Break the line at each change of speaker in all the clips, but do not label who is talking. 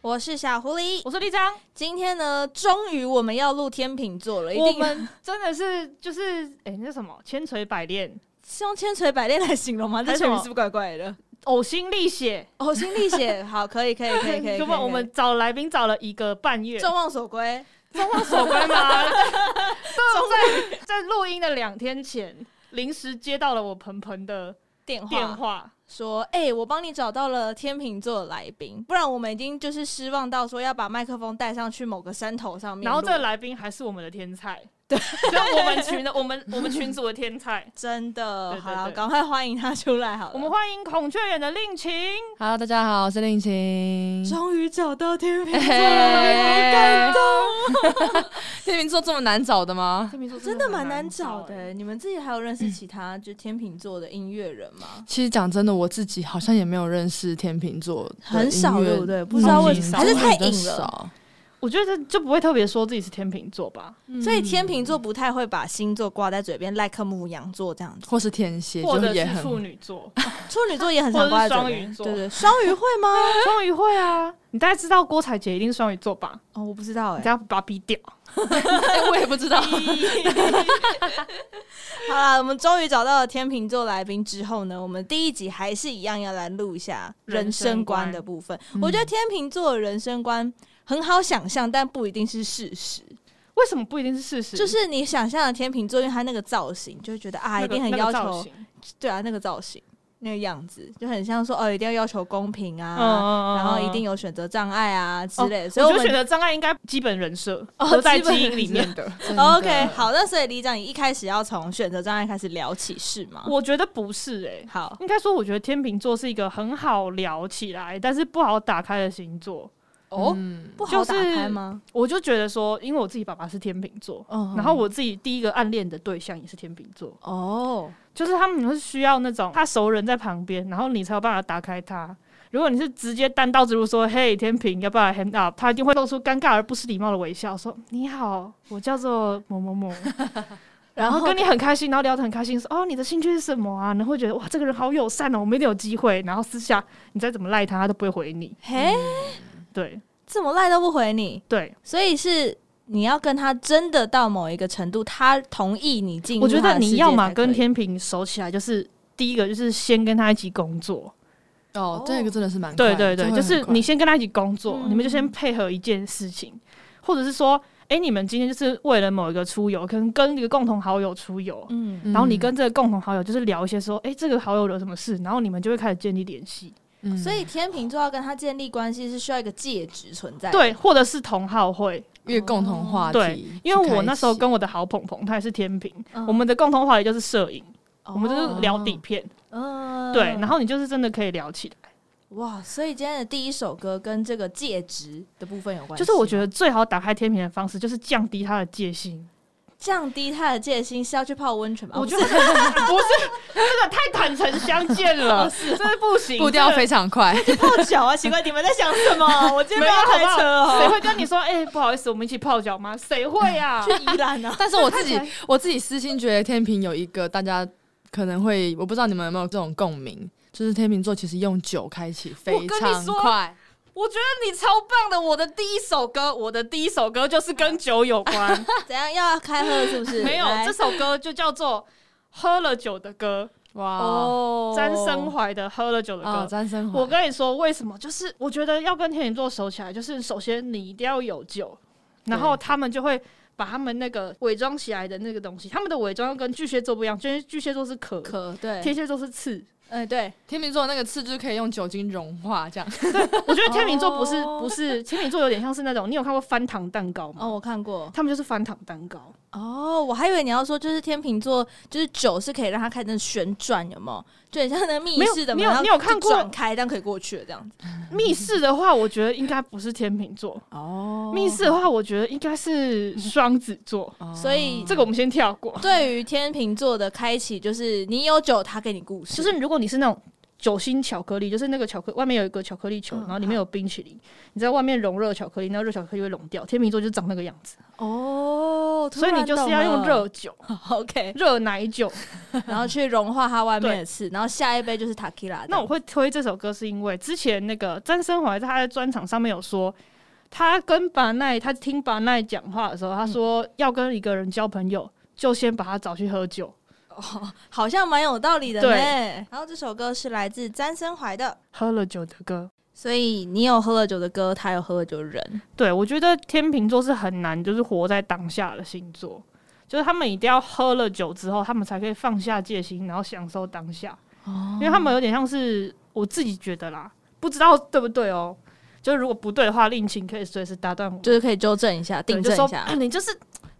我是小狐狸。
我是立章，
今天呢，终于我们要录天秤座了，一
我
定
们真的是就是哎、那什么千锤百炼，
是用千锤百炼来形容吗？这
还是
成语
什
是
么
不是怪怪的？
呕心沥血。
呕心沥血，好，可以，可以，可 以，可以可以。
我们我们找来宾找了一个半月，
众望所归，
众望所归 嘛。都在在录音的两天前，临时接到了我鹏鹏的
电话
电话，
说：“哎、我帮你找到了天秤座的来宾，不然我们已经就是失望到说要把麦克风带上去某个山头上面录。
然后这个来宾还是我们的天才，对，就我们群的我们我们群组的天才。
真的
对对
好了，
对
赶快欢迎他出来好了。
我们欢迎孔雀眼的令晴，
Hello，大家好，我是令晴。
终于找到天秤座了，好感
哎
动。
天秤座这么难找的吗？
这名说
真的蛮难找的、
欸
你们自己还有认识其他就天秤座的音乐人吗？
其实讲真的，我自己好像也没有认识天秤座的音乐，
很少对不对不知道
嗯
为什么
真的
还是太
比较
硬了
少
我觉得就不会特别说自己是天秤座吧，
所以
嗯
天秤座不太会把星座挂在嘴边，赖克母羊座这样子，
或是天蝎，
或
就
者
也
是
很
处女座，
处女座也很常挂在嘴边。
或者是双鱼座
对对，双鱼会 吗？
双鱼会啊。你大概知道郭采洁一定是双鱼座吧？
哦，我不知道哎、
你这样把它逼 掉。
哎我也不知道。
好啦，我们终于找到了天秤座来宾之后呢，我们第一集还是一样要来录一下人生观的部分。
嗯
我觉得天秤座的人生观很好想象，但不一定是事实。
为什么不一定是事实？
就是你想象的天秤座，因为他那个造型，就会觉得啊，
那
一
个
定很
那个
要
造
求
型，
对啊，那个造型。那个样子就很像说哦，一定要要求公平啊，
嗯嗯嗯哦嗯
然后一定有选择障碍啊之类的，所以
我
我
觉得
们
选择障碍应该基本人设
哦
都在
基本
基因里
人
面的。
真的嗯
OK 好，那所以李长，你一开始要从选择障碍开始聊起是吗？
我觉得不是诶、
好，
应该说我觉得天秤座是一个很好聊起来，但是不好打开的星座。
哦，
嗯
不好打
就是
开吗？
我就觉得说，因为我自己爸爸是天秤座，
嗯
然后我自己第一个暗恋的对象也是天秤座，
哦，
就是他们是需要那种他熟人在旁边，然后你才有办法打开他。如果你是直接单刀直入说“嘿，天平，要不要来 hand up”，他一定会露出尴尬而不失礼貌的微笑，说：“你好，我叫做某 某某。”然后跟你很开心，然后聊得很开心，说：“哦，你的兴趣是什么啊？”你会觉得哇，这个人好友善哦，我们一定有机会。然后私下你再怎么赖他，他都不会回你。
嘿，
对
怎么赖都不回你，
对，
所以是你要跟他真的到某一个程度，他同意你进入
我觉
他
得
的世
你
界
要
才
么
可
跟
以
天平熟起来，就是第一个就是先跟他一起工作，
哦，这个真的是蛮
对
快
对对，
真
就
的很
是
快
你先跟他一起工作，
嗯
你们就先配合一件事情，或者是说，哎、你们今天就是为了某一个出游，可能跟一个共同好友出游，
嗯，
嗯
然后你跟这个共同好友就是聊一些说，哎、这个好友有什么事，然后你们就会开始建立联系，
嗯
所以天秤座要跟他建立关系是需要一个介质存在。，
对，或者是同好会，
越共同话
对
题去开启，
因为我那时候跟我的好鹏鹏，他也是天平，
嗯
我们的共同话题就是摄影，
我
我们就是聊底片，
哦嗯
对，然后你就是真的可以聊起来。
哇，所以今天的第一首歌跟这个介质的部分有关系吗，
就是我觉得最好打开天平的方式，就是降低他的戒心。
降低他的戒心是要去泡温泉吧？
我觉
得
得 不是这个太坦诚相见了，真的不行，
步调非
常
常快，
泡脚啊，奇 怪，你们在想什 么？我今天
没
不
有
要开
好不好
车
谁
哦，
会跟你说，哎，不好意思，我们一起泡脚吗？谁会 啊？
去宜兰啊。
但是我自己我自己私心觉得天平有一个大家可能会，我不知道你们有没有这种共鸣，就是天秤座其实用酒开启非
我跟你
常
说
快。
我觉得你超棒的，我的第一首歌，我的第一首歌就是跟酒有 关，
怎样要开喝是不是？
没有
来
这首歌就叫做。喝了酒的歌，
哇，
哦
詹生怀的《喝了酒的歌》
啊，詹森华，
我跟你说，为什么？就是我觉得要跟天秤座熟起来，就是首先你一定要有酒，然后他们就会把他们那个伪装起来的那个东西，他们的伪装要跟巨蟹座不一样，就是巨蟹座是壳，
可对，
天蝎座是刺。
哎哦对，
天秤座那个刺就是可以用酒精融化，这样
我觉得天秤座不是
哦
不是天秤座有点像是那种，你有看过翻糖蛋糕吗？
哦我看过，
他们就是翻糖蛋糕，
哦我还以为你要说就是天秤座，就是酒是可以让它开始旋转，有没有？就很像那个密
没有
室的门，
没有
然后
你有看
就
过
转开，但可以过去的这样子。
密室的话，我觉得应该不是天秤座，
哦
密室的话，我觉得应该是双子座。
所以
这个我们先跳过，
对于天秤座的开启，就是你有酒，他给你故事，
就是如果你是那种酒心巧克力，就是那个巧克外面有一个巧克力球，
嗯
然后里面有冰淇淋，你在外面融热巧克力，那热巧克力会融掉。天秤座就长那个样子，
哦，突
所以你
然
就是
懂
要用
了
热酒、
OK，
热奶酒。
然后去融化它外面
对
的刺，然后下一杯就是 t a k i l a
那我会推这首歌，是因为之前那个詹森怀在他的专场上面有说，他跟巴奈，他听巴奈讲话的时候，他说要跟一个人交朋友，就先把他找去喝酒。
好像蛮有道理的
对
呢。然后这首歌是来自詹森怀的，
喝了酒的歌，
所以你有喝了酒的歌，他有喝了酒的人。
对我觉得天秤座是很难，就是活在当下的星座，就是他们一定要喝了酒之后，他们才可以放下戒心，然后享受当下。
哦
因为他们有点像是我自己觉得啦，不知道对不对哦。就是如果不对的话，令情可以随时打断我。
就是可以纠正一下，
对
订
就
正
说。
一下
你就是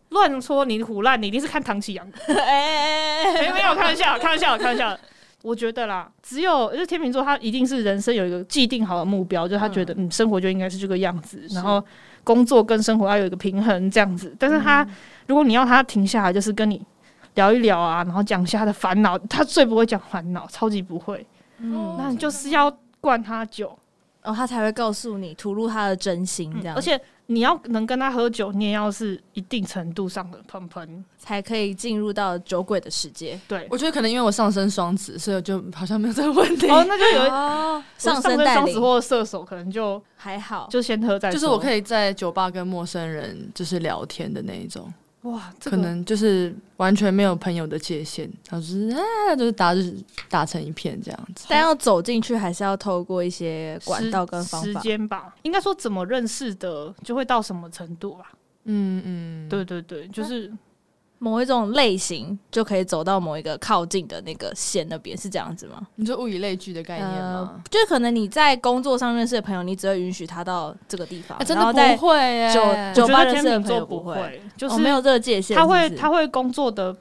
乱说，你胡乱，你一定是看唐启阳。
哎哎哎
没有没有，开玩笑，开玩笑，开玩笑。我觉得啦，只有就是天秤座，他一定是人生有一个既定好的目标，就是他觉得嗯生活就应该是这个样子，然后工作跟生活要有一个平衡这样子。但是他、如果你要他停下来，就是跟你聊一聊啊，然后讲一下他的烦恼，他最不会讲烦恼，超级不会。
嗯
那你就是要灌他酒，
哦，他才会告诉你，吐露他的真心，这样，
而且你要能跟他喝酒，你也要是一定程度上的喷喷。
才可以进入到酒鬼的世界。
对，
我觉得可能因为我上升双子，所以我就好像没有这个问题。
哦，那就有一
哦，
上
上
升
升带
双子
领
或射手，可能就
还好，
就先喝再说。
就是我可以在酒吧跟陌生人就是聊天的那一种，
哇，这
可
个
能就是完全没有朋友的界限，然后就是啊，就是打就是打成一片这样子。
但要走进去还是要透过一些管
时
道跟方
时
法。
间吧，应该说怎么认识的，就会到什么程度吧。
嗯嗯，
对对对，就是
某一种类型就可以走到某一个靠近的那个线那边，是这样子吗？
你说物以类聚的概念
呃
吗？
呃就可能你在工作上认识的朋友，你只会允许他到这个地方，
哎真
然后
的
在
不会耶，
酒
我
酒
觉
吧
得
认
天
识的
秤
朋友
座不
会，
会，就
哦
是
没有这个界限
他会
是不是
他会工作的，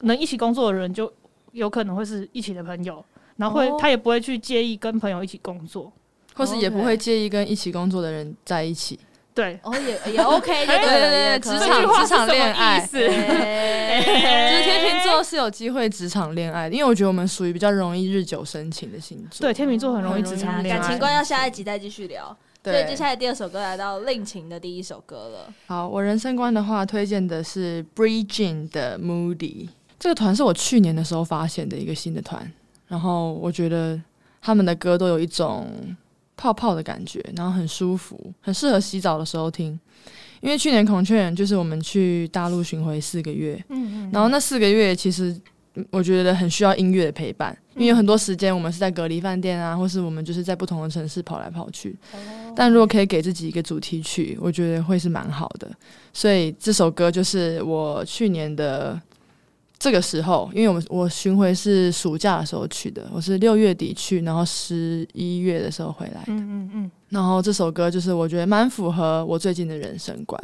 能一起工作的人就有可能会是一起的朋友，然后会
哦
他也不会去介意跟朋友一起工作。
或是也不
OK
会介意跟一起工作的人在一起。
对，
哦也也 OK，就
哎
对了
对
也
对
可以
职场
这句话是
职场
什么
恋爱
意思
哎
就是天秤座是有机会职场恋爱的，因为我觉得我们属于比较容易日久生情的星座。
对，天秤座很容易
很
职
容易
场
感
恋爱。
啊感情观要下一集再继续聊。所以
对，
接下来第二首歌来到令情的第一首歌了。
好，我人生观的话，推荐的是 Bree Jean 的 Moody。这个团是我去年的时候发现的一个新的团，然后我觉得他们的歌都有一种泡泡的感觉，然后很舒服，很适合洗澡的时候听。因为去年孔雀人就是我们去大陆巡回四个月，
嗯嗯，
然后那四个月其实嗯我觉得很需要音乐的陪伴，
嗯
因为有很多时间我们是在隔离饭店啊，或是我们就是在不同的城市跑来跑去。但如果可以给自己一个主题曲，我觉得会是蛮好的。所以这首歌就是我去年的这个时候，因为我们我巡回是暑假的时候去的，我是六月底去，然后十一月的时候回来。
嗯嗯嗯，
然后这首歌就是我觉得蛮符合我最近的人生观，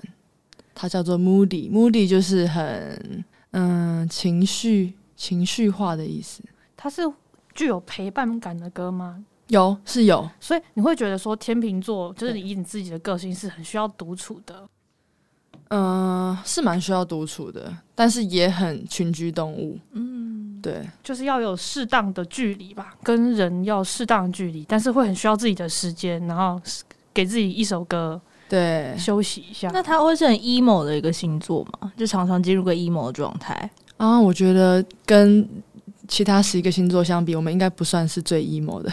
它叫做 Moody，Moody 就是很嗯情绪情绪化的意思，
它是具有陪伴感的歌吗？
有是有，
所以你会觉得说天秤座就是你以你自己的个性是很需要独处的，
嗯、是蛮需要独处的，但是也很群居动物，
嗯，
对，
就是要有适当的距离吧，跟人要适当的距离，但是会很需要自己的时间，然后给自己一首歌
对，
休息一下。
那他会是很 emo 的一个星座吗？就常常进入个 emo 的状态。
啊，我觉得跟其他十一个星座相比，我们应该不算是最 emo 的，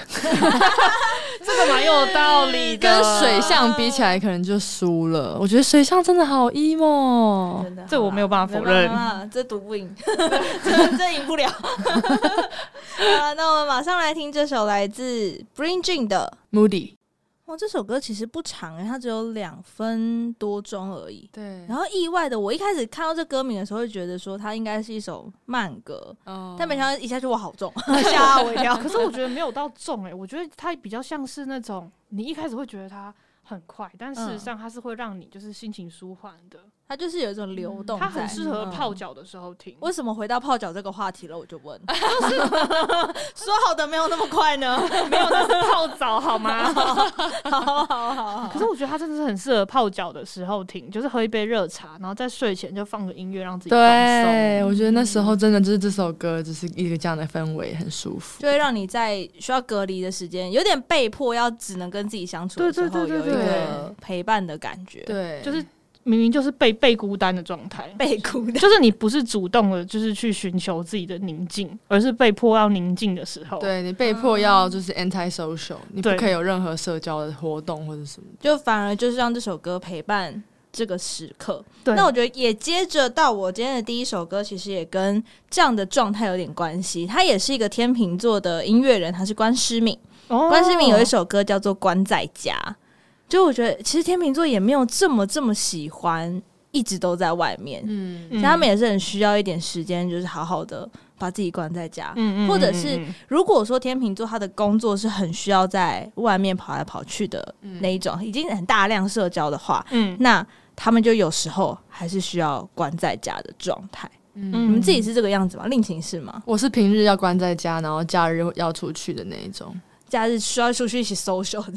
这个蛮有道理
跟 水象比起来，可能就输了。我觉得水象真的好 emo，哦
真的
这我没有办法否认
哦没办法这赌不赢， 这这赢不了。 好了，那我们马上来听这首来自 Bring Jin 的。
moody，
哇，哦这首歌其实不长欸，它只有两分多钟而已。
对
然后意外的，我一开始看到这歌名的时候，会觉得说它应该是一首慢歌，
哦
但没想到一下就哇好重， 吓我一 跳。
可是我觉得没有到重欸诶、我觉得它比较像是那嗯种你一开始会觉得它很快，但事实上它是会让你就是心情舒缓的。
它就是有一种流动在。嗯
它很适合泡脚的时候听。
为什么回到泡脚这个话题了，我就 问，说好的没有那么快呢？
没有，那是泡澡好吗？
好好好好，
可是我觉得它真的是很适合泡脚的时候听，就是喝一杯热茶，然后在睡前就放个音乐让自己放
对，
松。
我觉得那时候真的就是这首歌，就是一个这样的氛围，很舒服。
就会让你在需要隔离的时间，有点被迫要只能跟自己相处的时
对对
候，
对
有一
对
个
对
陪伴的感觉，
对，
就是明明就是被被孤单的状态，
被孤单。
就是你不是主动的，就是去寻求自己的宁静，而是被迫要宁静的时候。
对你被迫要就是 anti social，你不
嗯对
可以有任何社交的活动或者什么。
就反而就是让这首歌陪伴这个时刻。
对
那我觉得也接着到我今天的第一首歌，其实也跟这样的状态有点关系。他也是一个天秤座的音乐人，他是关诗敏。
哦
关诗敏有一首歌叫做《关在家》，就我觉得其实天秤座也没有这么这么喜欢一直都在外面，
嗯，
所以他们也是很需要一点时间，就是好好的把自己关在家。
嗯
或者是
嗯嗯
如果说天秤座他的工作是很需要在外面跑来跑去的那一种，已经很大量社交的话，
嗯
那他们就有时候还是需要关在家的状态。
嗯
你们自己是这个样子吗？令情是吗？
我是平日要关在家，然后假日要出去的那一种。
假日需要出去一起 social 的，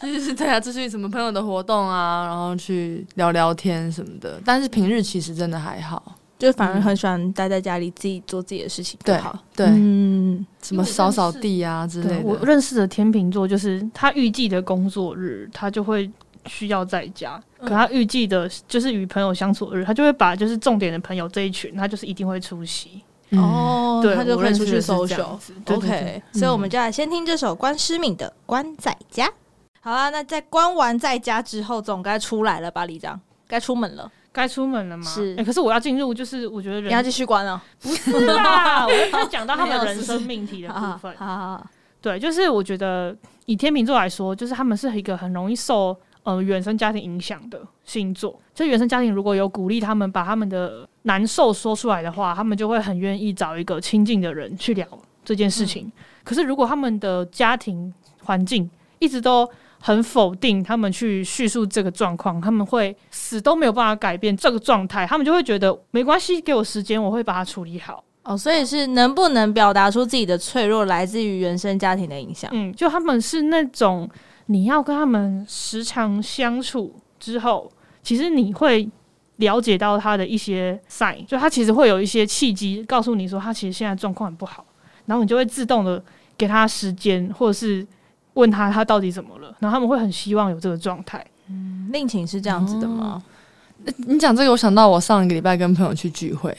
就是对啊，出去什么朋友的活动啊，然后去聊聊天什么的。但是平日其实真的还好，
就反而很喜欢待在家里自己做自己的事情就
对
好。
对，
嗯，
什么扫扫地啊之
嗯对
类
我
的。
认识的天秤座，就是他预计的工作日，他就会需要在家。
嗯
可他预计的就是与朋友相处的日，他就会把就是重点的朋友这一群，他就是一定会出席。
嗯，
哦，
对
他就
我
会
认
出
识
去
的是这
social
样子。对对嗯
OK，所以我们就来先听这首关诗敏的《关在家》。好啦，那在关完在家之后，总该出来了吧，李长？该出门了，
该出门了吗？哎
是
诶可是我要进入，就是我觉得
你要
人
继续关哦了
不是 啦，我就讲到他
没有
们人
是
生命题的部分。
好好好
对，就是我觉得以天秤座来说，就是他们是一个很容易受呃原生家庭影响的星座。就原生家庭如果有鼓励他们把他们的难受说出来的话，他们就会很愿意找一个亲近的人去聊这件事情。可是如果他们的家庭环境一直都很否定他们去叙述这个状况，他们会死都没有办法改变这个状态，他们就会觉得没关系，给我时间，我会把它处理好。
哦，所以是能不能表达出自己的脆弱，来自于原生家庭的影响。
嗯，就他们是那种你要跟他们时常相处之后，其实你会了解到他的一些 sign，就他其实会有一些契机告诉你说他其实现在状况很不好，然后你就会自动的给他时间，或者是问他他到底怎么了，然后他们会很希望有这个状态。
令情是这样子的吗？
嗯
你讲这个，我想到我上一个礼拜跟朋友去聚会，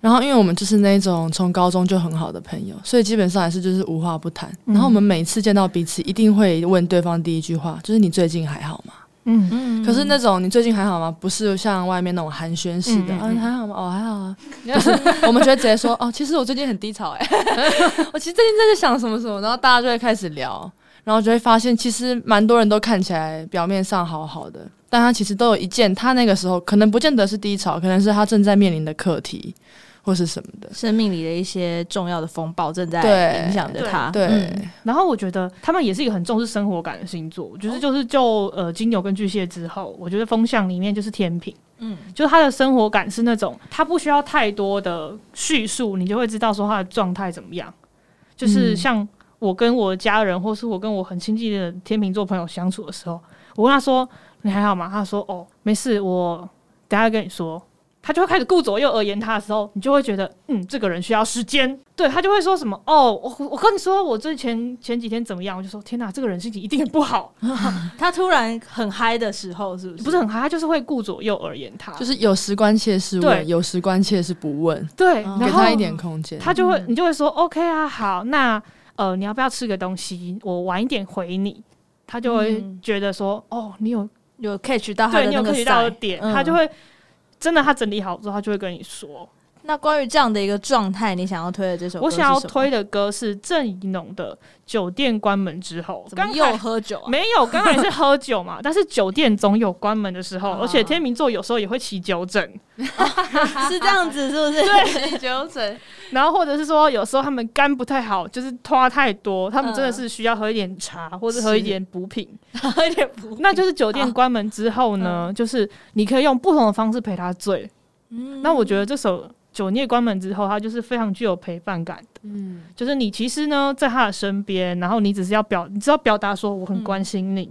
然后因为我们就是那种从高中就很好的朋友，所以基本上还是就是无话不谈。然后我们每次见到彼此，一定会问对方第一句话，就是你最近还好吗？
嗯，
嗯
可是那种你最近还好吗？不是像外面那种寒暄式的，
嗯嗯
啊，
嗯
你还好吗？哦，还好 啊。我们就会直接说，哦，其实我最近很低潮哎、 我其实最近在想什么什么，然后大家就会开始聊，然后就会发现其实蛮多人都看起来表面上好好的，但他其实都有一件，他那个时候可能不见得是低潮，可能是他正在面临的课题或是什么的。
生命里的一些重要的风暴正在
对
影响着
啊
他。
对，
嗯
然后我觉得他们也是一个很重视生活感的星座，我觉得就是就呃金牛跟巨蟹之后，我觉得风象里面就是天平。
嗯，
就是他的生活感是那种他不需要太多的叙述，你就会知道说他的状态怎么样。就是像我跟我的家人，或是我跟我很亲近的天秤座朋友相处的时候，我问他说：“你还好吗？”他说：“哦，没事，我等一下跟你说。”他就会开始顾左右而言他的时候，你就会觉得，嗯，这个人需要时间。对他就会说什么，哦，我我跟你说，我最前前几天怎么样？我就说，天哪，这个人心情一定很不好，
他突然很嗨的时候，是不是？
不是很好。他就是会顾左右而言他，
就是有时关切是问，
对
有时关切是不问，
对，
嗯
给
然后
他一点空间。
他就会你就会说 OK 啊，好，那呃，你要不要吃个东西？我晚一点回你。他就会
嗯
觉得说，哦，你有
有 catch 到他
对
的
你有
那个
catch 到
sign
点，
嗯
他就会真的他整理好之后，他就会跟你说。
那关于这样的一个状态，你想要推的这首歌
我
是什
想
么，
要推的歌是郑怡农的《酒店关门之后》。
怎么
刚
又
才
喝酒啊？
没有，刚才是喝酒嘛， 但是酒店总有关门的时候，
啊
而且天秤座有时候也会起酒疹，
是这样子，是不是？
对，九整，
然后或者是说有时候他们肝不太好，就是拖太多，他们真的是需要喝一点茶或者喝一点补品。
喝一点不，
那就是酒店关门之后呢，就是你可以用不同的方式陪他醉。
嗯
那我觉得这首《酒店关门之后》，它就是非常具有陪伴感的。
嗯，
就是你其实呢在他的身边，然后你只是要表，你只要表达说我很关心你，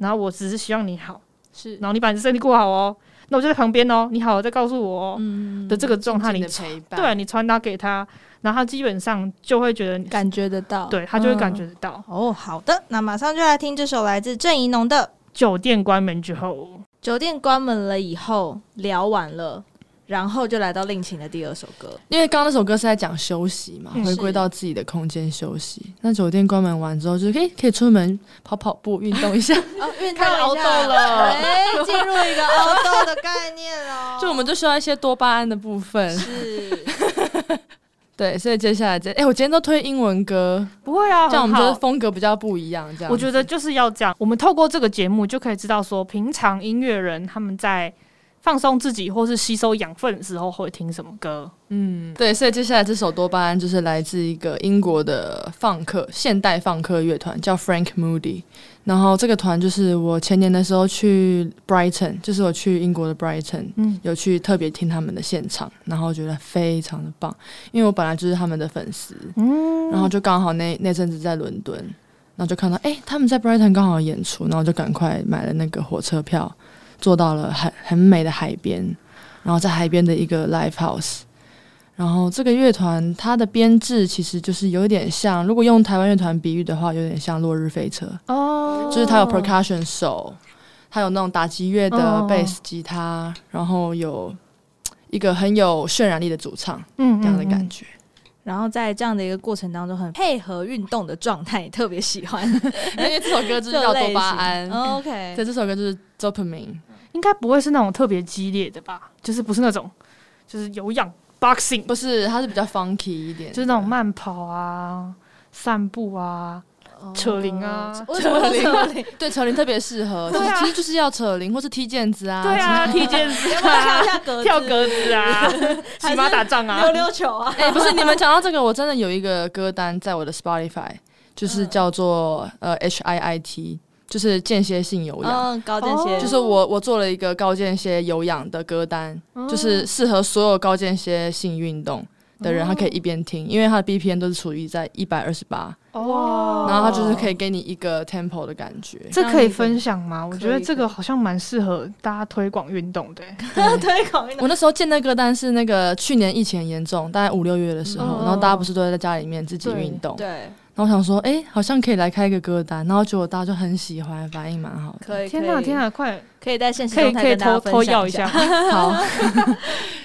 然后我只是希望你好，
是
然后你把你的身体顾好哦，那我就在旁边哦，你好，再告诉我哦、
嗯
的这个状态，
静
你
静地陪伴，
对你传达给他，然后他基本上就会觉得你，
感觉得到，
对他就会
嗯
感觉得到。
哦，好的，那马上就来听这首来自郑怡农的《
酒店关门之后，
酒店关门了》以后，聊完了，然后就来到令情的第二首歌。
因为刚刚那首歌是在讲休息嘛，
嗯
回归到自己的空间休息。那酒店关门完之后，就是可以可以出门跑跑步，运动 一下。
哦，运
开始熬豆了
哎，进入一 个熬豆的概念哦
就我们就需要一些多巴胺的部分。
是
对，所以接下来这，哎、我今天都推英文歌，
不会啊，
这样我们
很
觉
好
得风格比较不一样。这样子，
我觉得就是要这样。我们透过这个节目就可以知道，说平常音乐人他们在放松自己或是吸收养分的时候会听什么歌。
嗯，对，所以接下来这首多巴胺就是来自一个英国的放克现代放克乐团，叫 Frank Moody。然后这个团就是我前年的时候去 Brighton，就是我去英国的 Brighton，
嗯，
有去特别听他们的现场，然后觉得非常的棒，因为我本来就是他们的粉丝，然后就刚好那那阵子在伦敦，然后就看到哎、诶他们在 Brighton 刚好演出，然后就赶快买了那个火车票，坐到了很很美的海边，然后在海边的一个 live house。然后这个乐团它的编制其实就是有点像，如果用台湾乐团比喻的话，有点像《落日飞车》
哦
就是它有 percussion 手，它有那种打击乐的
哦
bass 吉他，然后有一个很有渲染力的主唱
嗯
这样的感
觉。
觉。
然后在这样的一个过程当中，很配合运动的状态，特别喜 欢
嗯
哦
因为这首歌就是叫多巴胺，
哦
OK，
对，这首歌就是 dopamine。
嗯应该不会是那种特别激烈的吧？就是不是那种，就是有氧 boxing，
不是，它是比较 funky 一点的，
就是那种慢跑啊、散步啊。
哦
扯铃啊
为什么扯铃？
对扯铃特别适合，
对啊
其实就是要扯铃或是踢毽子啊，
对啊，踢毽子
跳一
啊，
下格子
跳格子啊， 骑马打仗啊
溜，溜球啊，
哎、不是，你们讲到这个，我真的有一个歌单在我的 Spotify，就是
嗯
叫做、呃 H I I T，就是间歇性有氧。
嗯，高跟
哦
鞋
就是我我做了一个高间歇有氧的歌单，
哦
就是适合所有高间歇性运动的人，他可以一边
哦
听，因为他的 BPM 都是处于在一百二十八，
哦
哇
然后他就是可以给你一个 tempo 的感觉。
这可以分享吗？我
可以
觉得这个好像蛮适合大家推广运动的欸、
推广运动
嗯我那时候建那歌单是那个去年疫情严重，大概五六月的时候，
嗯
然后大家不是都在家里面自己运动，
对，
然后我想说，哎、好像可以来开一个歌单，然后结果大家就很喜欢，反应蛮好的。
可以。
欸天
哪、
哪，天哪，快
可以在现实
可以
动态
可以
跟大家
偷
分
偷
享
要一
一
下。，
好，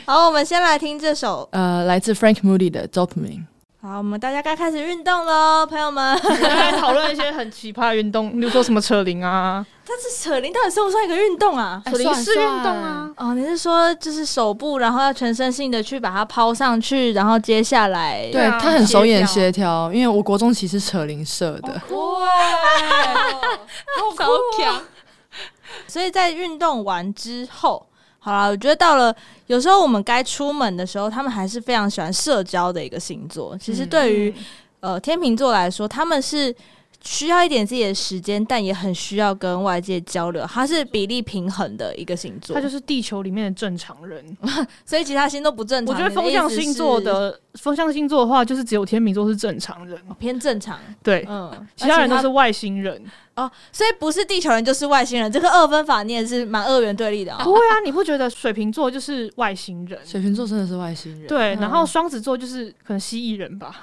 好，我们先来听这首。
呃，来自 Frank Moody 的 Dopamine。
好，我们大家该开始运动喽，朋友们。
我们来讨论一些很奇葩的运动，比如说什么扯铃啊，
但是扯铃到底算不算一个运动啊？
哎
扯铃
算
是运
算
动啊。
哦，你是说就是手部，然后要全身性的去把它抛上去，然后接下来
对
啊
他很手眼
协
协调，因为我国中其实是扯铃社
哦
的，
好哦强。
哦
所以在运动完之后，好了，我觉得到了有时候我们该出门的时候，他们还是非常喜欢社交的一个星座。其实对
嗯
于、呃天秤座来说，他们是。需要一点自己的时间，但也很需要跟外界交流。它是比例平衡的一个星座，
他就是地球里面的正常人。
所以其他星座不正
我
常。
觉得
你的
风
意
象
思
星座
是
的风象星座的话，就是只有天秤座是正常人，
哦偏正常，
对，
嗯，
其他人都
而且
是外星人。
哦，所以不是地球人就是外星人，这个二分法你也是蛮二元对立的
不
哦。
会啊，你不觉得水瓶座就是外星人？
水瓶座真的是外星人。
对，
嗯
然后双子座就是可能蜥蜴 人吧，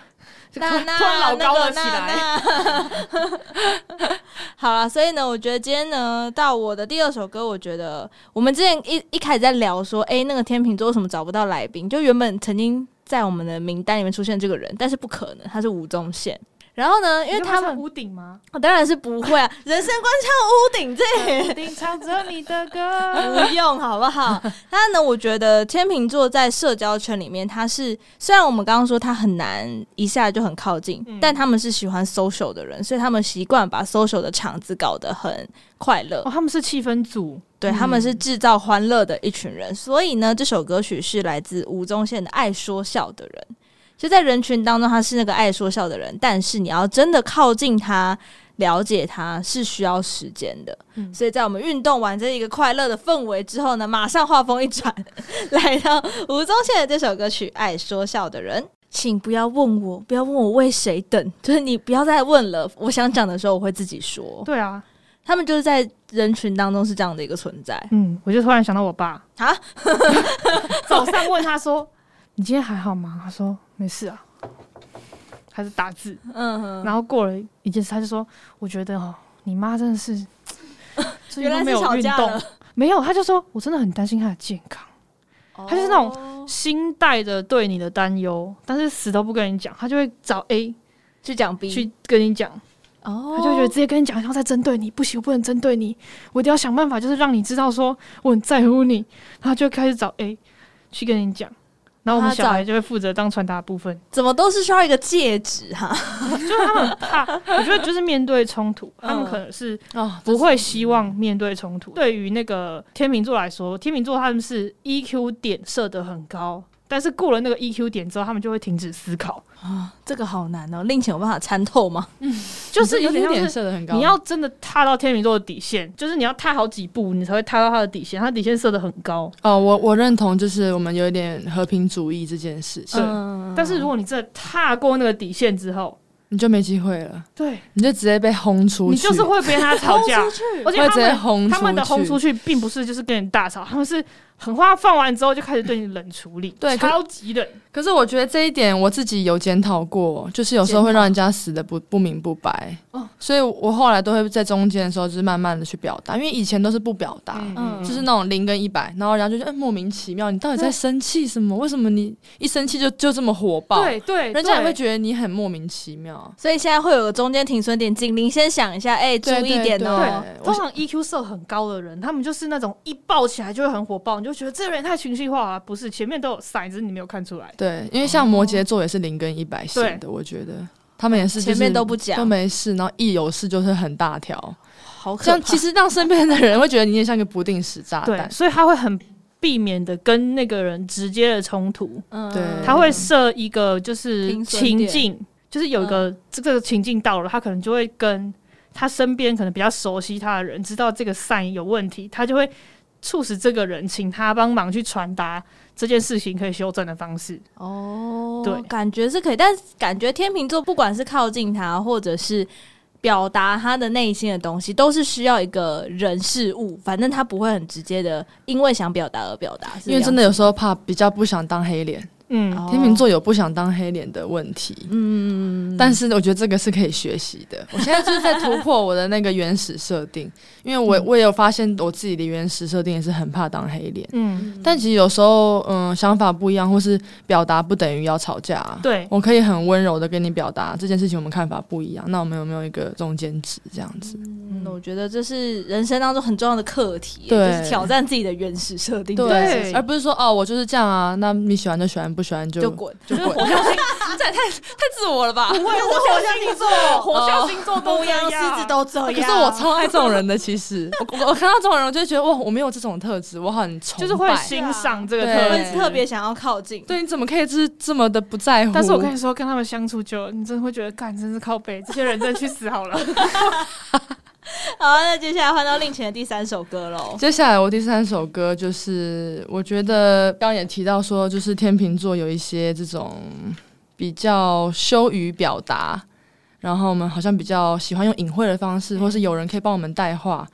就
那那
突然老高了起来。
那个那 那好了，所以呢，我觉得今天呢，到我的第二首歌，我觉得我们之前一一开始在聊说，哎、那个天秤座为什么找不到来宾？就原本曾经在我们的名单里面出现这个人，但是不可能，他是吴宗宪。然后呢，因
因
为他们
屋顶吗？
我当然是不会啊，人生观像屋顶这也
屋顶唱着你的 歌，
不用好不好？那呢，我觉得天秤座在社交圈里面，他是虽然我们刚刚说他很难一下就很靠近，
嗯
但他们是喜欢 social 的人，所以他们习惯把 social 的场子搞得很快乐。
哦，他们是气氛组，
对，他们是制造欢乐的一群人。所以呢，这首歌曲是来自吴宗宪的《爱说笑的人》。就在人群当中，他是那个爱说笑的人，但是你要真的靠近他、了解他是需要时间的。
嗯
所以在我们运动完这一个快乐的氛围之后呢，马上话锋一转， 来到吴宗宪的这首歌曲《爱说笑的人》。请不要问我，不要问我为谁等，就是你不要再问了。我想讲的时候，我会自己说。
对啊，
他们就是在人群当中是这样的一个存在。
嗯，我就突然想到我爸，
啊，
早上问他说：“你今天还好吗？”他说：“没事啊。”开始打字，
嗯，
然后过了一件事，他就说：“我觉得哦，你妈真 的是最近
原
都
来
没
是
有
吵
运
架
动
了，，
没有。”他就说：“我真的很担心她的健康。”他就是那种
种
心带着对你的担忧，但是死都不跟你讲，他就会找 A
去讲 B，
去跟你讲，
哦
他就会觉得直接跟你讲，然后再针对你，不行，我不能针对你，我一定要想办法，就是让你知道说我很在乎你，然后就开始找 A 去跟你讲，然后我们
他找
小孩就会负责当传达的部分，
怎么都是需要一个戒指哈、
就是他们很怕， 我觉得就是面对冲突，
嗯
他们可能是
哦，
不会希望面对冲突。对于那个天秤座来说，天秤座他们是 EQ 点设得很高，但是过了那个 EQ 点之后，他们就会停止思考。
啊，这个好难哦，令情有办法参透吗？
就是有点像
脸
是
色的很高，
你要真的踏到天秤座的底线，就是你要踏好几步，你才会踏到他的底线。他的底线设的很高，
哦，我我认同，就是我们有一点和平主义这件事情，
对
嗯
但是如果你真的踏过那个底线之后，
你就没机会了，
对
你就直接被轰出
你
去，
就是会被他吵 架
豁。出去
而且
会
他
直接
们
轰
他们的轰出
去。
去，并不是就是跟你大吵，他们是狠话放完之后就开始对你冷处理，
对可
超级冷。
可是我觉得这一点我自己有检讨过，就是有时候会让人家死的不不明不白。
哦
所以我后来都会在中间的时候，就是慢慢的去表达，因为以前都是不表达。
嗯
就是那种零跟一百，然后人家就觉得、哎莫名其妙，你到底在生气什么？为什么你一生气就就这么火爆？
对对，
人家也
对
会觉得你很莫名其妙。
所以现在会有个中间停损点，警铃先响一下，哎、注
对
意点哦。
对，
通
我
常 EQ 设很高的人，他们就是那种一爆起来就会很火爆，你就觉得这个人太情绪化了、不是前面都有骰子，你没有看出来。
对，因为像摩羯座也是零跟一百型的，我觉得他们也是、就是、
前面都不讲
都没事，然后一有事就是很大条，
好
这
可
样
怕
其！实让身边的人会觉得你也像个不定时炸
对，
弹。
所以他会很避免的跟那个人直接的冲突，
嗯
对
他会设一个就是
停损
情
点
境，就是有一
嗯
个这个情境到了，他可能就会跟他身边可能比较熟悉他的人知道这个 sign 有问题，他就会促使这个人请他帮忙去传达这件事情可以修正的方式。
哦，
对
感觉是可以，但是感觉天秤座不管是靠近他，或者是表达他的内心的东西，都是需要一个人事物，反正他不会很直接的，因为想表达而表达，是这
因
样
为
子
真的有时候怕比较不想当黑脸，
嗯，
哦
天秤座有不想当黑脸的问题。
嗯，
但是我觉得这个是可以学习的。我现在就是在突破我的那个原始设定，因为
嗯
我我也有发现我自己的原始设定也是很怕当黑脸。
嗯，
但其实有时候，嗯，想法不一样，或是表达不等于要吵架、啊。
对，
我可以很温柔的跟你表达这件事情，我们看法不一样。那我们有没有一个中间值这样子？
嗯我觉得这是人生当中很重要的课题，就
对
是挑战自己的原始设定，
对
而不是说哦，我就是这样啊。那你喜欢就喜欢，不喜欢就
就滚。
就滚。
这也太太自我了吧？不会，
火象星座，火象星座
牧
都
羊狮子都这
哦
样。
可是我超爱这种人的，其实我我我看到这种人，我就会觉得哇，我没有这种特质，我很崇
就
拜。
是会欣赏这个
对
特
会
质。
特别想要靠近。
对，你怎么可以就是这么的不在乎？
但是我跟你说，跟他们相处久了，你真的会觉得，干，真是靠背，这些人真的去死好了。
好，那接下来换到令前的第三首歌喽。
接下来我第三首歌就是，我觉得刚刚也提到说，就是天秤座有一些这种比较羞于表达，然后我们好像比较喜欢用隐晦的方式，或是有人可以帮我们带话。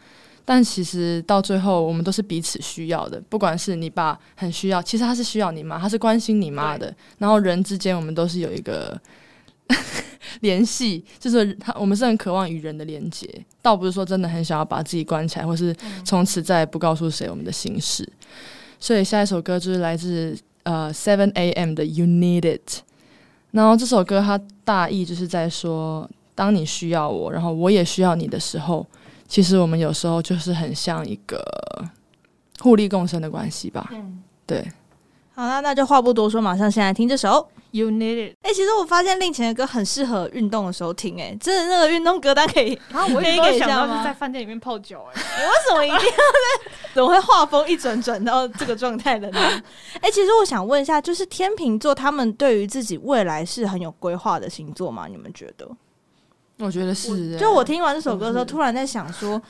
但其实到最后，我们都是彼此需要的。不管是你爸很需要，其实他是需要你妈，他是关心你妈的。然后人之间，我们都是有一个联系，就是他，我们是很渴望与人的连接，倒不是说真的很想要把自己关起来，或是从此再也不告诉谁我们的心事。所以下一首歌就是来自呃 Seven A.M. 的《You Need It》。然后这首歌它大意就是在说，当你需要我，然后我也需要你的时候，其实我们有时候就是很像一个互利共生的关系吧。
嗯
对，
好啦，那就话不多说，马上先来听这首。
，You need it。
哎、其实我发现令前的歌很适合运动的时候听、哎，真的那个运动歌单 可以。
然啊后我
可以
一直都
给一
想
下
到
吗
是在饭店里面泡酒、欸，哎，
你为什么一定要在？ 怎么会画风一转转到这个状态 了呢？哎、其实我想问一下，就是天秤座他们对于自己未来是很有规划的星座吗？你们觉得？
我觉得是、
啊
欸
就我听完这首歌的
嗯
时候，
是
突然在想说，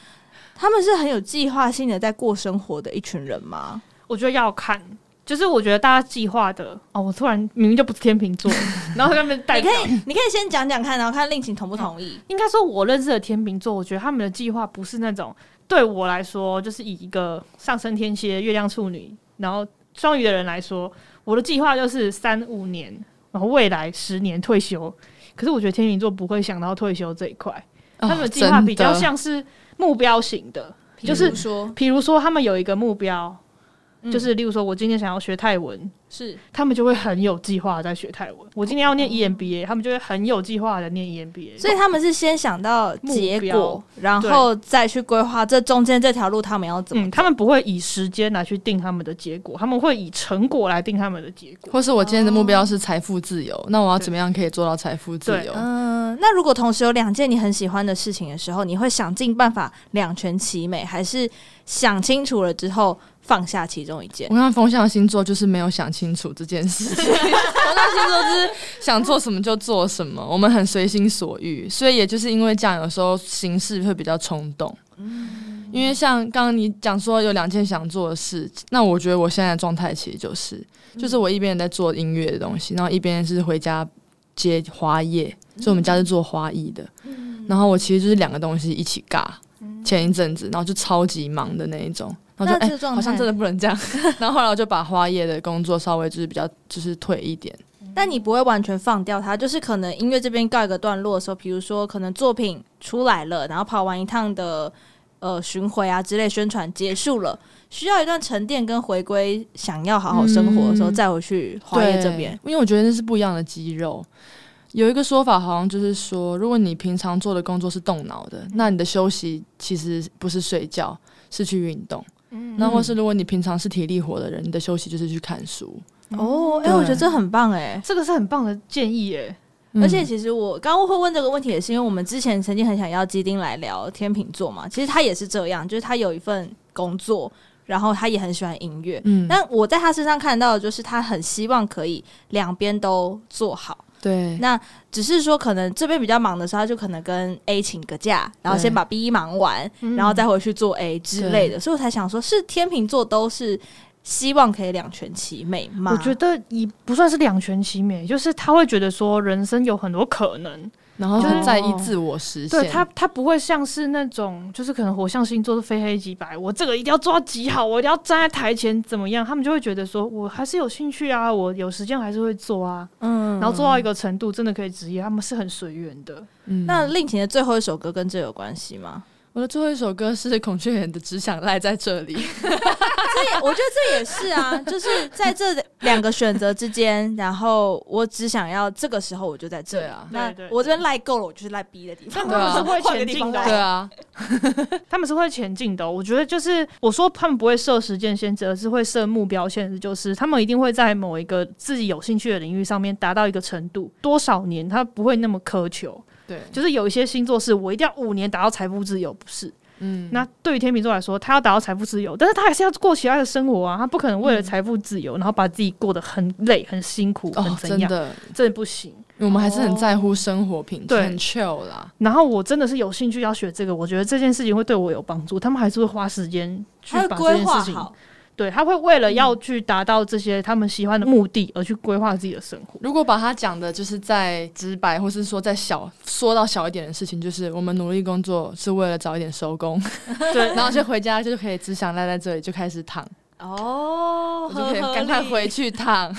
他们是很有计划性的在过生活的一群人吗？
我觉得要看。就是我觉得大家计划的哦，我突然明明就不是天秤座，然后他们代
你
表
可以，你可以先讲讲看，然后看令情同不同意。
应该说，我认识的天秤座，我觉得他们的计划不是那种对我来说，就是以一个上升天蝎、月亮处女，然后双鱼的人来说，我的计划就是三五年，然后未来十年退休。可是我觉得天秤座不会想到退休这一块，
哦啊
他们的计划比较像是目标型的，嗯就是
比如说，
比如说他们有一个目标，
嗯
就是例如说我今天想要学泰文，
是
他们就会很有计划地在学泰文。我今天要念 EMBA，他们就会很有计划的念 EMBA。
所以他们是先想到结
目
果
标，
然后再去规划这中间这条路他们要怎么
嗯，他们不会以时间来去定他们的结果，他们会以成果来定他们的结果。
或是我今天的目
哦
标是财富自由，那我要怎么样可以做到财富自由？
嗯，那如果同时有两件你很喜欢的事情的时候，你会想尽办法两全其美，还是想清楚了之后放下其中一件
我？看风象星座就是没有想清楚这件事 情，风象星座就是想做什么就做什么，我们很随心所欲，所以也就是因为这样，有时候行事会比较冲动。因为像刚刚你讲说有两件想做的事，那我觉得我现在的状态其实就是，就是我一边在做音乐的东西，然后一边是回家接花叶，所以我们家是做花艺的，
嗯
然后我其实就是两个东西一起尬，前一阵子，然后就超级忙的那一种，然后就
那
哎、
这状态
好像真的不能这 样，然后后来我就把花叶的工作稍微就是比较就是退一点，
但你不会完全放掉它，就是可能音乐这边告一个段落的时候，比如说可能作品出来了，然后跑完一趟的呃巡回啊之类宣传结束了，需要一段沉淀跟回归，想要好好生活的时候，
嗯
再回去华业
对
这边。，
因为我觉得那是不一样的肌肉。有一个说法好像就是说，如果你平常做的工作是动脑的，那你的休息其实不是睡觉，是去运动。那或是如果你平常是体力活的人，你的休息就是去看书。
哦，哎、
对
我觉得这很棒哎、
这个是很棒的建议耶。
嗯
而且其实我刚刚会问这个问题，也是因为我们之前曾经很想要基丁来聊天秤座嘛。其实他也是这样，就是他有一份工作，然后他也很喜欢音乐。
嗯，
但我在他身上看到的就是他很希望可以两边都做好，
对，
那只是说可能这边比较忙的时候，他就可能跟 A 请个假，然后先把 B 忙完，
嗯
然后再回去做 A 之类的。所以我才想说，是天秤座都是希望可以两全其美吗？
我觉得也不算是两全其美，就是他会觉得说人生有很多可能，
然后
就是
很在意自我实现。
对他他不会像是那种就是可能火象星座是非黑即白，我这个一定要做到极好，我一定要站在台前怎么样，他们就会觉得说我还是有兴趣啊，我有时间还是会做啊，
嗯
然后做到一个程度真的可以职业，他们是很随缘的。
嗯
那令晴的最后一首歌跟这有关系吗？
我的最后一首歌是孔雀眼的《只想赖在这里》。
这哎也我觉得这也是 啊，就是在这两个选择之间，然后我只想要这个时候我就在这里
对啊
那
对对对
我这边赖够了，我就是赖 B 的地方。
但他们是
会
换个
前
地
进
方
的
赖
对啊，
他们是会前进的哦、我觉得就是我说他们不会设时间限制，而是会设目标限制，就是他们一定会在某一个自己有兴趣的领域上面达到一个程度，多少年他不会那么苛求。
对，
就是有一些星座是我一定要五年达到财富自由，不是？
嗯，
那对于天秤座来说，他要达到财富自由，但是他还是要过其他的生活啊，他不可能为了财富自由，然后把自己过得很累、很辛苦、很
哦，
怎
真
样，
的，
真的不行。
我们还是很在乎生活品质，
对
很 chill 啦。
然后我真的是有兴趣要学这个，我觉得这件事情会对我有帮助，他们还是会花时间去
还有
把这
规
件
划
事情
好，
对，他会为了要去达到这些他们喜欢的目的而去规划自己的生活。
如果把它讲的就是再直白，或是说再小说到小一点的事情，就是我们努力工作是为了早一点收工，
对
然后就回家就可以只想赖在这里，就开始躺，
哦
我，就可以
合
赶快
理
回。去躺。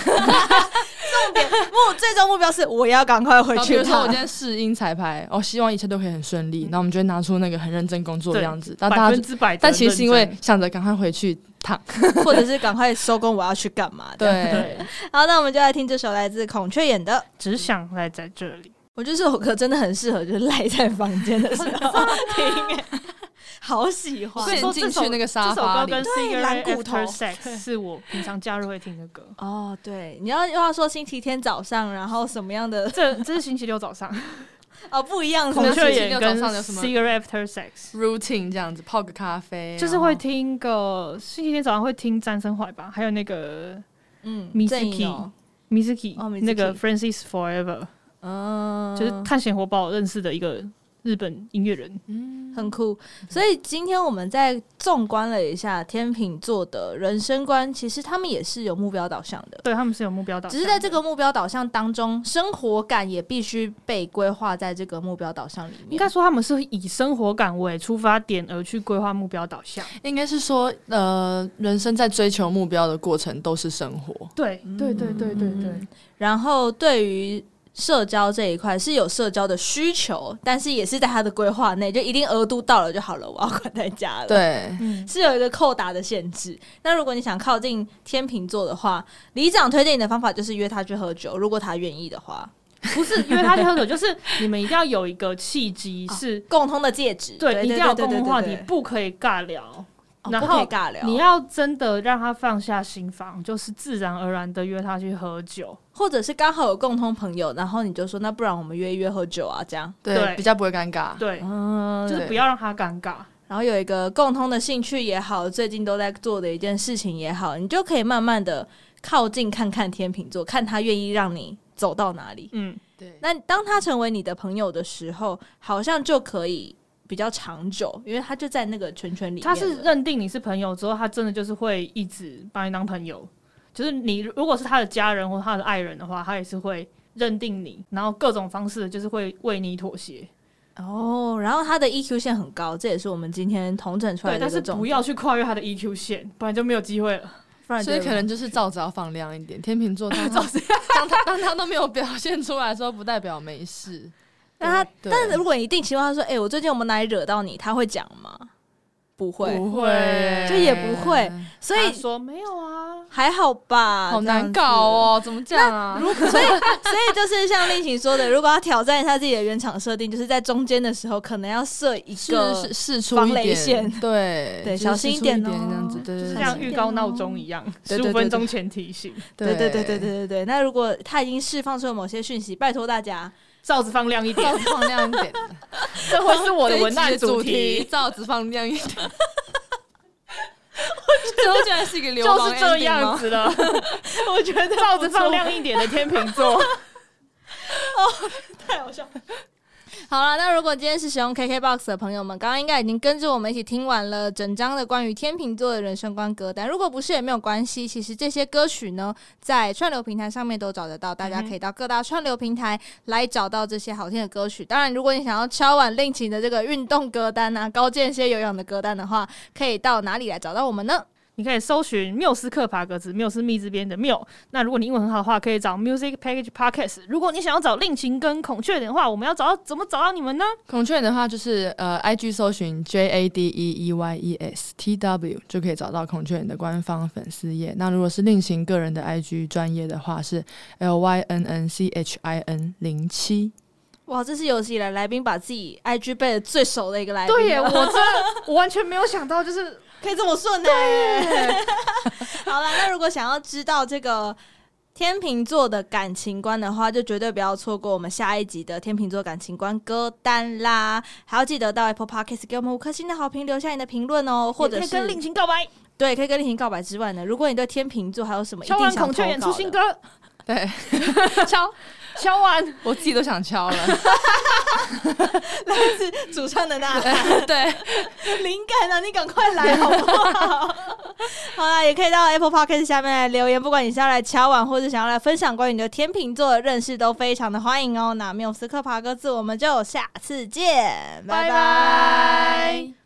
目最终目标是我要赶快回
然后比
去
如说我
躺
今。天试音彩排，哦，希望一切都可以很顺利，然后我们就会拿出那个很认真工作的
嗯对
样子，但
百
大家
分
就
之百的认真。
但其实是因为想着赶快回去趟。
或者是赶快收工，我要去干 嘛？这样。
对，
对，
好，那我们就来听这首来自孔雀眼的《
只想赖在这里。
我觉得这首歌真的很适合，就是赖在房间的时候听、欸， 好喜欢
所以陷进去那个沙
这首
发
歌跟
里
s i
对
g
蓝
a
骨头
After Sex 是我平常假日会听的歌。
哦。对，你要又要说星期天早上，然后什么样的
这这是星期六早上，
哦不一样
孔
是
孔
不是
雀
雀眼
眼跟
跟
Cigarette After Sex，
routine 这样子泡个咖啡，
就是会听个星期天早上会听詹森怀吧，还有那个
嗯
Mizuki
郑怡农
Mizuki，、啊
哦，Mizuki
那个 Francis Forever，、
嗯，
就是探险活宝认识的一个日本音乐人。
嗯
很酷。所以今天我们在纵观了一下天秤座的人生观，其实他们也是有目标导向的。
对，他们是有目标导向的，
只是在这个目标导向当中，生活感也必须被规划在这个目标导向里面。
应该说他们是以生活感为出发点而去规划目标导向。
应该是说，呃，人生在追求目标的过程都是生活，
对，对，对，对，对，对
嗯。然后对于社交这一块是有社交的需求，但是也是在他的规划内，就一定额度到了就好了，我要关在家了。，
对，
嗯，
是有一个扣打的限制。那如果你想靠近天秤座的话，里长推荐你的方法就是约他去喝酒，如果他愿意的话，
不是因为他去喝酒，就是你们一定要有一个契 机是。
共通的戒指，
对，
哦对，
一定要有
对
共同话，
对
题
对对，对
不可以尬聊。
哦
然
不可以
后
尬聊，
你要真的让他放下心房，就是自然而然的约他去喝酒。
或者是刚好有共通朋友，然后你就说那不然我们约一约喝酒啊，这样，
对
对，比较不会尴尬。
对，
嗯
就是不要让他尴尬。
然后有一个共通的兴趣也好，最近都在做的一件事情也好，你就可以慢慢的靠近看看天秤座，看他愿意让你走到哪里。
嗯，
对
那当他成为你的朋友的时候，好像就可以比较长久，因为他就在那个圈圈里面了。
他是认定你是朋友之后，他真的就是会一直把你当朋友。就是你如果是他的家人或他的爱人的话，他也是会认定你，然后各种方式就是会为你妥协。
哦，然后他的 EQ 线很高，这也是我们今天统整出来的
对，但
一
是
个重
不
点。
要去跨越他的 EQ 线，不然就没有机会了。
不然就
所以可能就是罩子要放亮一点。天秤座当他当他当他都没有表现出来的时候，不代表没事。
那他，
对
但如果你一定情况下说，哎、我最近有没有哪里惹到你？他会讲吗？不会，
不会，哎
就也不会，所以
他说没有啊，
还好吧，
好
这样
难
子
搞。哦，怎么这样啊？
如所以，所以就是像令行说的，如果要挑战一下自己的原厂设定，就是在中间的时候，可能要设一个
是是试出
防
一
雷
点
线
对
对
就是
小心
试
一
出
点
这
哦
样子，对
就是这
对对
样
像预告闹钟一样，
对
十
对
五
对
分钟前提醒，
对对对对对，对对。那如果他已经释放出了某些讯息，拜托大家，
罩子放亮一点
罩，子放亮一点，
这会是我的文
哦这
案
哦一集的主
题。
罩子放亮一点。 我觉得是一个流
就
氓
是这
ending
样
吗
子了， 我觉得罩子放亮一点的天秤座，
太好笑了。好了，那如果今天是使用 KKBOX 的朋友们，刚刚应该已经跟着我们一起听完了整张的关于天秤座的人生观歌单。如果不是也没有关系，其实这些歌曲呢，在串流平台上面都找得到，大家可以到各大串流平台来找到这些好听的歌曲。当然，如果你想要敲碗另请的这个运动歌单啊、高健些有氧的歌单的话，可以到哪里来找到我们呢？
你可以搜寻缪斯克爬格子，缪是密字边的缪。那如果你英文很好的话，可以找 Music Package Podcast。如果你想要找令情跟孔雀点的话，我们要找到怎么找到你们呢？
孔雀眼的话，就是呃，IG 搜寻 J A D E E Y E S T W 就可以找到孔雀眼的官方粉丝页。那如果是另行个人的 IG 专业的话，是 L Y N N C H I N 零七。
哇，这是有史以来来宾把自己 IG 背的最熟的一个来宾了，
对耶，我
啊
这 我完全没有想到，就是
可以这么顺呢、 好了，那如果想要知道这个天秤座的感情观的话，就绝对不要错过我们下一集的天秤座感情观歌单啦！还要记得到 Apple Podcast 给我们五颗星的好评，留下你的评论哦， 或者
也可以跟令
是
情告白，
对，可以跟令行告白之外呢，如果你对天秤座还有什么一
敲
定
完
想
孔雀
投
演
稿
出
的
新歌，
对，
敲 敲完
我自己都想敲了。
主唱的 那。
对，
灵感啊，你赶快来好不好？ 好啦，也可以到 Apple Podcast 下面来留言，不管你是要来敲碗，或者想要来分享关于你的天秤座的认识，都非常的欢迎哦。那缪斯克爬格子，我们就下次见，拜
拜
拜
拜